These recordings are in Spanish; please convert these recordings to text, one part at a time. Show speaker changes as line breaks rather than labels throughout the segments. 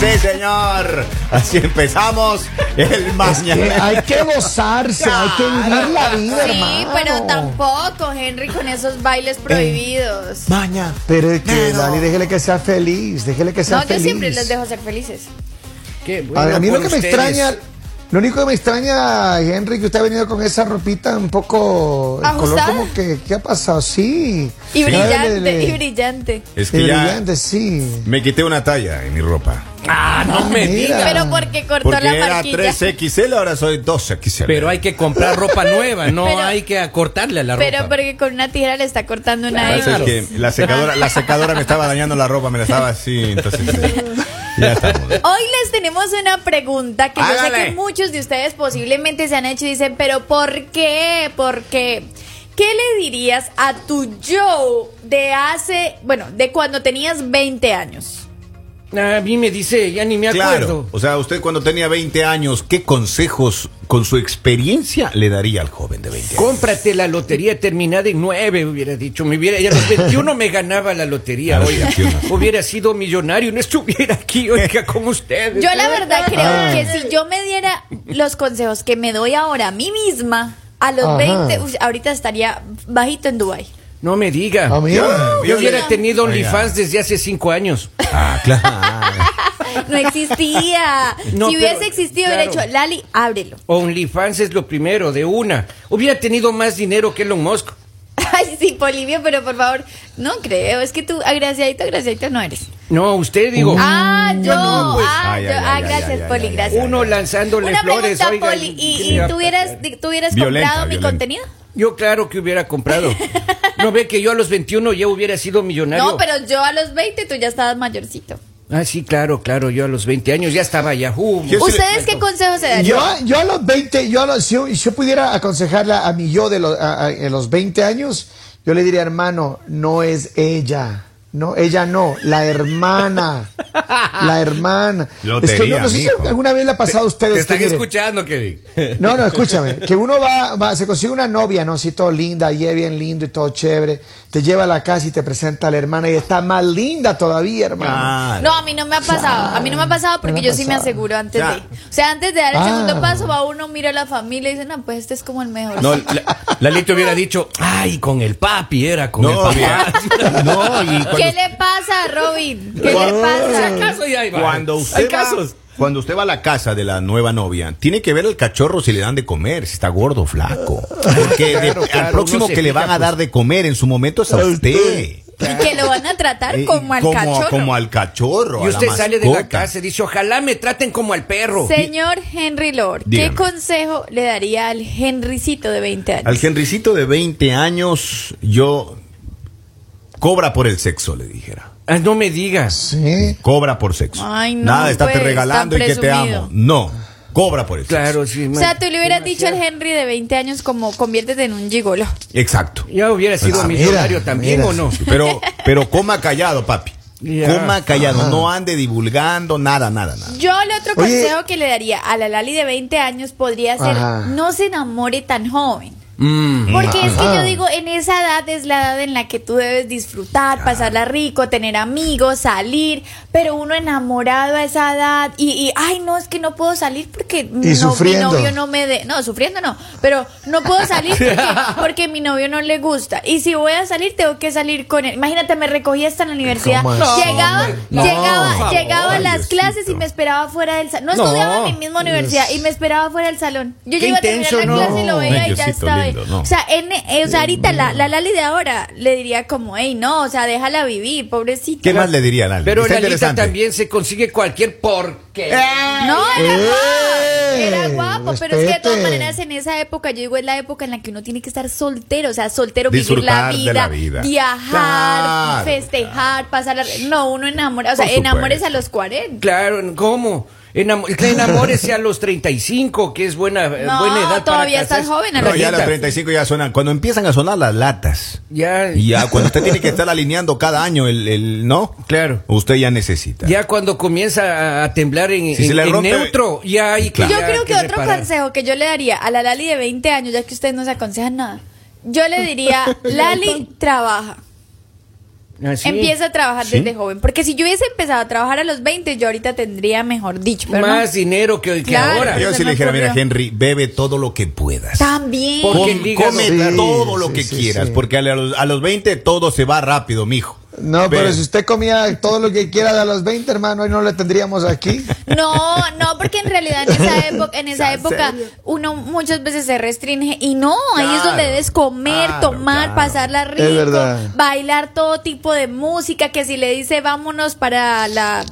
Sí, señor. Así empezamos el mañana.
Eh, Hay que gozarse, hay que vivir la vida,
Sí,
hermano.
pero tampoco, Henry, con esos bailes prohibidos.
Maña.
Pero es que,
Pero-
Dani, déjele que sea feliz, déjele que sea
No,
feliz.
yo siempre les dejo ser felices.
Qué bueno
A, ver, a mí lo
por
que me
ustedes.
extraña, lo único que me extraña, Henry, que usted ha venido con esa ropita un poco... el
¿Ajustada?
color como que, ¿qué ha pasado? Sí.
Y
Ya, le-
brillante,
le-
y brillante.
Es
y
que ya
brillante, sí.
me quité una talla en mi ropa.
Ah, no me
Mira.
digas.
Pero porque cortó
Porque
la
era
marquilla.
3XL, ahora soy 2XL.
Pero hay que comprar ropa nueva, no
Pero-
hay que acortarle a la ropa.
Pero porque con una tijera le está cortando
Lo
una
que pasa
X.
Claro.
es que la secadora, la secadora me estaba dañando la ropa, me la estaba así, entonces este, ya estamos.
Hoy les tenemos una pregunta que yo sé
Hágale.
que muchos de ustedes posiblemente se han hecho y dicen, pero ¿por qué? ¿Por qué? ¿Qué le dirías a tu yo de hace, bueno, de cuando tenías 20 años?
A mí me dice, ya ni me acuerdo.
Claro, o sea, usted cuando tenía 20 años, ¿qué consejos con su experiencia le daría al joven de 20 años?
Cómprate la lotería terminada en nueve, hubiera dicho. Me hubiera, ya a los 21 me ganaba la lotería,
A los
oiga.
21.
Hubiera sido millonario, no estuviera aquí, oiga, con ustedes.
Yo la verdad creo que si yo me diera los consejos que me doy ahora a mí misma, a los
Ajá.
20, uy, ahorita estaría bajito en Dubai.
No me diga.
Ah, mira.
Yo hubiera tenido
Oiga.
OnlyFans desde hace cinco años.
Ah, claro.
No existía.
No,
si hubiese
pero,
existido, hubiera
claro.
dicho, Lali, ábrelo.
OnlyFans es lo primero, de una. Hubiera tenido más dinero que Elon Musk.
Ay, sí, Polivio, pero por favor, no creo. Es que tú, agraciadito, agraciadito no eres.
No, usted
Uh,
digo.
Ah, yo.
pues.
Ah,
Ay,
yo.
ay,
Ah,
ay, ay,
gracias,
ay,
Poli,
ay,
gracias.
Uno lanzándole
Una
flores.
pregunta,
oiga,
Poli. ¿Y,
¿qué
y
le
tú
va-
hubieras, di- tú hubieras
Violenta,
comprado mi
violenta.
contenido?
Yo claro que hubiera comprado. ¿No ve que yo a los 21 ya hubiera sido millonario?
No, pero yo a los 20, tú ya estabas mayorcito.
Ah, sí, claro, claro. Yo a los 20 años ya uh, estaba Yahoo.
Yo sí le-
¿Ustedes qué consejos se darían?
Yo, yo a los 20, yo a los- si yo, si yo pudiera aconsejarle a mi yo de los, a- a- a los 20 años, yo le diría, hermano, no es ella. No, ella no, la hermana. La hermana. es que
Lotería,
uno- no sé si
mijo.
alguna vez le ha pasado a ustedes.
Te están
que mire,
escuchando, Kevin.
No, no, escúchame. Que uno va, va, se consigue una novia, ¿no? Así todo linda, y es bien lindo y todo chévere. Te lleva a la casa y te presenta a la hermana y está más linda todavía, hermano.
Ah.
Claro.
No, a mí no me ha pasado. A mí no me ha pasado porque
No me ha
yo sí me
pasado.
aseguro antes
Ya.
de. O sea, antes de dar el
Ah.
segundo paso, va uno, mira a la familia y dice, no, pues este es como el mejor.
No, la, Lalito hubiera dicho, ay, con el papi era, con el
No,
papi.
ya. no, y cuando,
¿Qué le pasa, Robin? ¿Qué le pasa?
¿Acaso ya hay
cuando usted
Hay
va,
casos.
cuando usted va a la casa de la nueva novia, tiene que ver al cachorro si le dan de comer, si está gordo o flaco. Porque de-
Claro, claro,
al próximo
uno se
que le van
fija, pues.
a dar de comer en su momento es a usted.
Y que lo van a tratar
Eh,
como al
como,
cachorro.
como al cachorro. a
Y
la
usted sale de la
mascota.
casa y dice, ojalá me traten como al perro.
Señor Henry Lord,
Dígame.
¿qué consejo le daría al Henrycito de 20
Al
años?
Henrycito de 20 años, yo cobra por el sexo, le dijera.
Ah, no me digas.
Sí.
Cobra por sexo.
Ay, no,
Nada, estate
pues,
regalando y
tan
que te
presumido.
amo. No, cobra por el
Claro, sí.
O
man.
sea, tú le hubieras dicho al
Demasiado.
Henry de 20 años como conviértete en un gigolo.
sexo. Exacto.
Ya hubiera sido
Ah,
mira,
millonario también,
mira.
¿o no?
Pero, pero coma callado, papi.
Ya.
Coma callado, no ande divulgando nada, nada, nada.
Yo el otro
Oye.
consejo que le daría a la Lali de 20 años podría ser
Ajá.
no se enamore tan joven.
Mm.
Porque es que
Ajá.
yo digo, en esa edad es la edad en la que tú debes disfrutar, pasarla rico, tener amigos, salir, pero uno enamorado a esa edad y, y, ay, no, es que no puedo salir porque mi, no- mi
sufriendo.
novio no me de, no, sufriendo no, pero no puedo salir porque, porque mi novio no le gusta. Y si voy a salir, tengo que salir con él. Imagínate, me recogía hasta la universidad.
¿Cómo así?
Llegaba,
No,
llegaba,
por favor,
llegaba a las
Diosito.
clases y me esperaba fuera del salón. No,
No.
estudiaba en mi misma universidad y me esperaba fuera del salón. Yo
Qué
llegué a terminar
intenso,
la
¿no?
clase y lo veía
Ay,
y ya
Diosito
estaba.
lindo, no.
O sea, en, eh, o sea, ahorita la, la Lali de ahora le diría como, hey, no, o sea, déjala vivir, pobrecita.
¿Qué más le diría Lali?
Pero
Está
Lalita
interesante.
también se consigue cualquier porqué.
No, era
¡Eh!
guapo, era guapo, pero es que de todas
Respete.
maneras en esa época, yo digo, es la época en la que uno tiene que estar soltero, o sea, soltero, vivir la
Disfrutar de
vida,
la vida.
viajar,
Claro.
festejar, pasar la... No, uno enamora, o sea,
Por supuesto.
enamores a los 40.
Claro, ¿cómo? Enamo- que enamórese a los 35, que es buena, eh,
No,
buena edad para
todavía estás
casarse.
joven,
No, ya a los
Lalita,
35 ya suenan. Cuando empiezan a sonar las latas.
Ya,
Y ya cuando usted tiene que estar alineando cada año el, el- no,
Claro.
usted ya necesita.
ya cuando comienza a- a temblar en,
Si se
en-
le
en
rompe-
neutro, ya hay
Claro.
Yo
ya
creo que, otro
reparar.
consejo que yo le daría a la Lali de 20 años, ya que ustedes no se aconsejan nada, yo le diría, Lali, trabaja.
Así.
Empieza a trabajar
Sí.
desde joven. Porque si yo hubiese empezado a trabajar a los 20, yo ahorita tendría mejor dicho. Pero no.
Más dinero que, que
Claro.
ahora.
Yo
se
sí
me
le dijera, mira,
ocurrió.
Henry, bebe todo lo que puedas.
También.
Por-
Com-
Porque el hígado-
come
Sí,
todo lo
sí,
que
sí,
quieras,
sí.
porque a los, a los 20 todo se va rápido, mijo.
No, pero
Ve.
si usted comía todo lo que quiera de a los 20, hermano, hoy no le tendríamos aquí.
No, no, porque en realidad en esa época, en esa
¿En
época
serio?
uno muchas veces se restringe y no, ahí es
Claro,
donde debes comer,
claro,
tomar,
claro.
pasarla rico,
verdad.
bailar todo tipo de música, que si le dice vámonos para la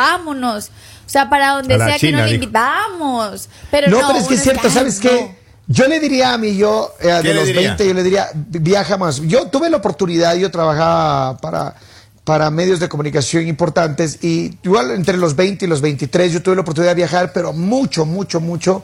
vámonos, o sea, para donde
A la
sea que
China,
nos
dijo.
invitamos. Pero no,
No, pero es que
uno
es cierto,
está,
¿sabes
"Ay,
qué? Yo le diría a mi yo eh,
¿Qué le
de los
diría?
20, yo le diría, viaja más. Yo tuve la oportunidad, yo trabajaba para, para medios de comunicación importantes y igual entre los 20 y los 23 yo tuve la oportunidad de viajar, pero mucho, mucho, mucho.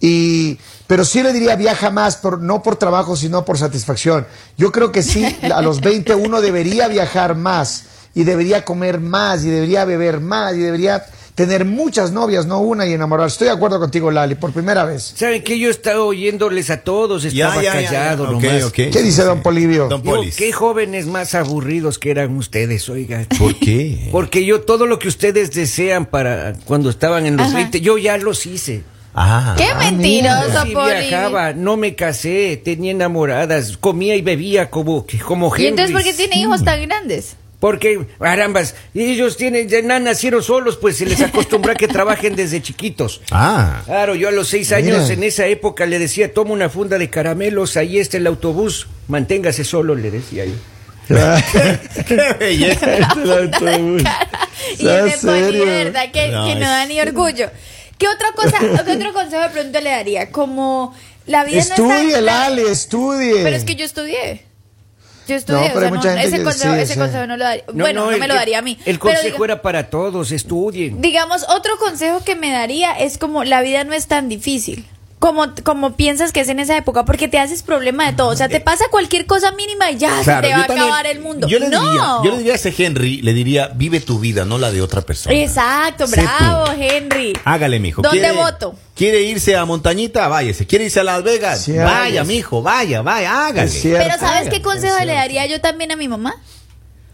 Y, pero sí le diría viaja más, por, no por trabajo, sino por satisfacción. Yo creo que sí, a los 20 uno debería viajar más y debería comer más y debería beber más y debería tener muchas novias, no una y enamorarse. Estoy de acuerdo contigo, Lali, por primera vez.
¿Saben qué? Yo estaba oyéndoles a todos,
ya,
estaba
ya, ya.
callado
Ok,
nomás.
ok.
¿Qué dice don Polivio?
Don
Yo,
Polis.
qué jóvenes más aburridos que eran ustedes, oiga.
¿Por qué?
Porque yo todo lo que ustedes desean para cuando estaban en los
Ajá.
20, yo ya los hice.
Ah.
Qué
Yo
mentiroso,
sí
Poli.
viajaba, no me casé, tenía enamoradas, comía y bebía como, como
¿Y entonces por
Henrys.
qué tiene hijos tan grandes?
Porque, carambas, ellos tienen, ya na- nacieron solos, pues se les acostumbra que trabajen desde chiquitos.
Ah.
Claro, yo a los seis
Mira.
años en esa época le decía, toma una funda de caramelos, ahí está el autobús, manténgase solo, le decía yo.
Qué belleza.
y es de
¿En
Poli,
serio?
de verdad que,
No,
que no
es-
da ni orgullo. ¿Qué otra cosa, qué otro consejo de pronto le daría? Como la vida no es
Estudie,
tan-
Lali, estudie.
Pero es que yo estudié. Yo estudié,
No, pero
o sea,
hay mucha
no,
gente
ese,
que-
consejo,
sí,
ese
sí.
consejo no lo daría. bueno, no,
el-
me lo daría a mí. Pero
El consejo
diga-
era para todos, estudien.
digamos, otro consejo que me daría es como la vida no es tan difícil. Como, como piensas que es en esa época, porque te haces problema de todo. O sea, te pasa cualquier cosa mínima y ya
Eh, Claro,
se te va
yo
a
también-
acabar el mundo.
Yo le,
no.
diría, yo le diría a ese Henry, le diría, vive tu vida, no la de otra persona.
Exacto,
Sé tú.
bravo, Henry.
Hágale, mijo.
¿Dónde
¿Quiere-
voto?
¿Quiere irse a Montañita? Váyase. ¿Quiere irse a Las Vegas?
Sí,
vaya,
hágase.
mijo, vaya, vaya, hágale.
Es cierto.
Pero ¿sabes qué
Hágale,
consejo
es
le
cierto.
daría yo también a mi mamá?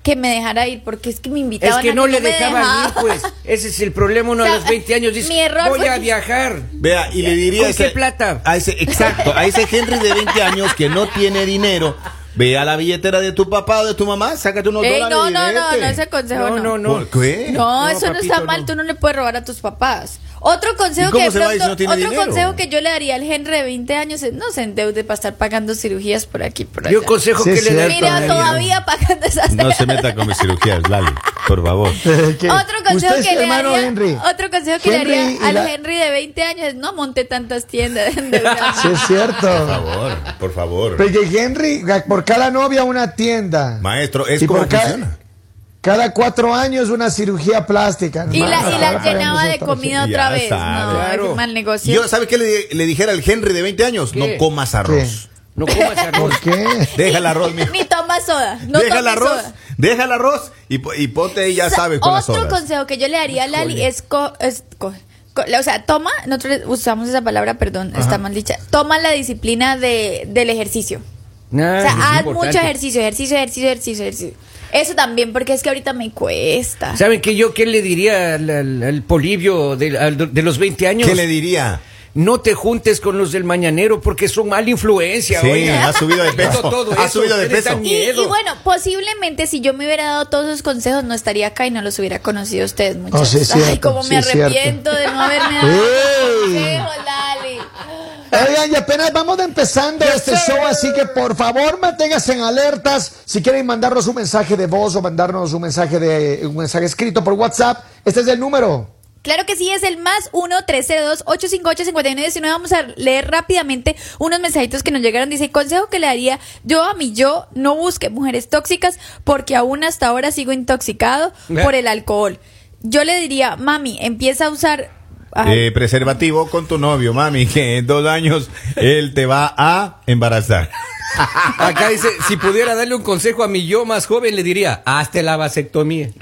Que me dejara ir, porque es que me
Es
invitaban
que
a
no le
me
dejaban ir,
dejaba.
pues. Ese es el problema. Uno
O sea,
a los 20 años dice,
mi error
voy
fue-
a viajar.
Vea, y le diría
¿Con
a ese-
qué plata?
A ese, exacto, a ese Henry de 20 años que no tiene dinero, ve a la billetera de tu papá o de tu mamá, sácate unos
Ey,
dólares
Eh, no,
y
no, no,
vete.
no, ese consejo
No,
no.
no, no.
¿Por qué?
No,
No,
eso no
papito,
está mal,
no.
tú no le puedes robar a tus papás. Otro
¿Y
consejo
cómo
que de
se va
pronto,
si no tiene
otro
dinero?
consejo que yo le daría al Henry de 20 años es no se endeude para estar pagando cirugías por aquí por allá.
Yo consejo
Sí,
que
es
le daría.
cierto,
Mira,
Lali.
todavía pagando esas
No se meta con mis cirugías, Lali, por favor.
Eh, ¿Qué?
Otro consejo
Usted es
que
el
le
hermano
daría,
Henry.
otro consejo que
Henry
le
y
daría al
la-
Henry de 20 años es no monte tantas tiendas de endeudado.
Sí, es
Por
cierto.
favor, por favor.
Porque Henry, por cada novia una tienda.
Maestro, es
Y
como
por
funciona.
cada, cada cuatro años una cirugía plástica.
Y la, y la
hermano.
llenaba de
Nosotros-
comida
Ya
otra vez.
sabe.
No,
Claro.
qué mal negocio.
Yo, ¿sabe qué le, le dijera al Henry de 20 años?
¿Qué?
No comas arroz.
No comas arroz.
¿Por qué?
Deja el arroz, mijo.
Ni toma soda. No
deja el
toma
arroz,
soda.
deja el arroz y, po- y ponte ahí, ya
Sa-
sabes, con las
Otro
horas.
consejo que yo le daría a Lali es, co- es co- co- o sea, toma, nosotros usamos esa palabra, perdón, está mal dicha, toma la disciplina de, del ejercicio.
Ah,
o
Nah, es
sea, haz
importante.
mucho ejercicio, ejercicio, ejercicio, ejercicio, ejercicio. Eso también, porque es que ahorita me cuesta.
¿Saben qué yo qué le diría al, al- al Polibio del- al- de, los 20 años?
¿Qué le diría?
No te juntes con los del mañanero porque son mala influencia.
Sí,
oiga.
ha subido de peso,
Todo, todo
ha
eso,
subido de
ustedes
peso.
dan
Y,
miedo.
y bueno, posiblemente si yo me hubiera dado todos esos consejos, no estaría acá y no los hubiera conocido a ustedes, muchachos.
Oh, sí, es
Ay,
cierto,
cómo
sí,
me
es cierto.
arrepiento de no haberme dado esos
¡Ey!
consejos, Lali.
Oigan, y apenas vamos de empezando este show, así que por favor manténganse en alertas. Si quieren mandarnos un mensaje de voz o mandarnos un mensaje de un mensaje escrito por WhatsApp, este es el número.
Claro que sí, es el más 1-302-858-5919. Vamos a leer rápidamente unos mensajitos que nos llegaron. Dice, consejo que le daría yo a mi yo, no busque mujeres tóxicas porque aún hasta ahora sigo intoxicado
Eh.
por el alcohol. Yo le diría, mami, empieza a usar... Ay,
Eh, preservativo con tu novio, mami, que en dos años él te va a embarazar.
Acá dice, si pudiera darle un consejo a mi yo más joven, le diría, hazte la vasectomía.